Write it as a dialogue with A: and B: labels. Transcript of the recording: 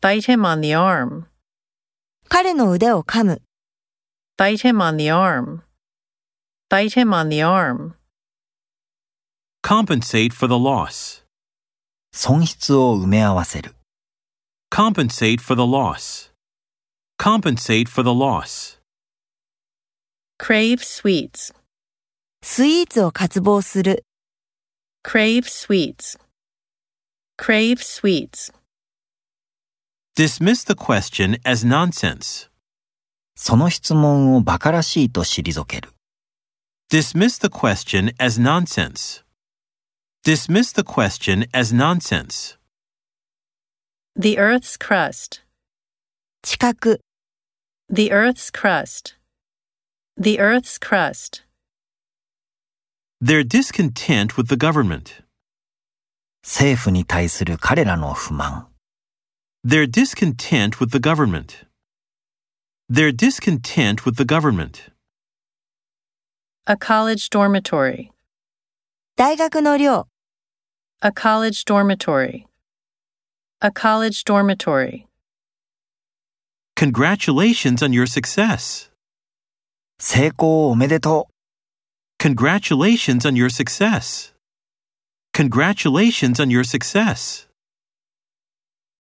A: Bite him on the arm.
B: 彼の腕を噛む。
A: Bite him on the arm. Bite him on the arm.
C: Compensate for the loss.
D: 損失を埋め合わせる。
C: Compensate for the loss. Compensate for the loss.
A: Crave sweets.
B: スイーツを渇望する。
A: Crave sweets. Crave sweets.
C: Dismiss the question as nonsense.
D: その質問を馬鹿らしいと退ける。
C: Dismiss the question as nonsense. Dismiss the question as nonsense.
A: The earth's crust.
B: 知覚。
A: The earth's crust. The earth's crust.
C: They're discontent with the government.
D: 政府に対する彼らの不満。
C: They're discontent with the government. They're discontent with the government.
A: A college dormitory.
B: 大学の寮。
A: A college dormitory. A college dormitory.
C: Congratulations on your success.
D: 成功おめでとう。
C: Congratulations on your success. Congratulations on your success.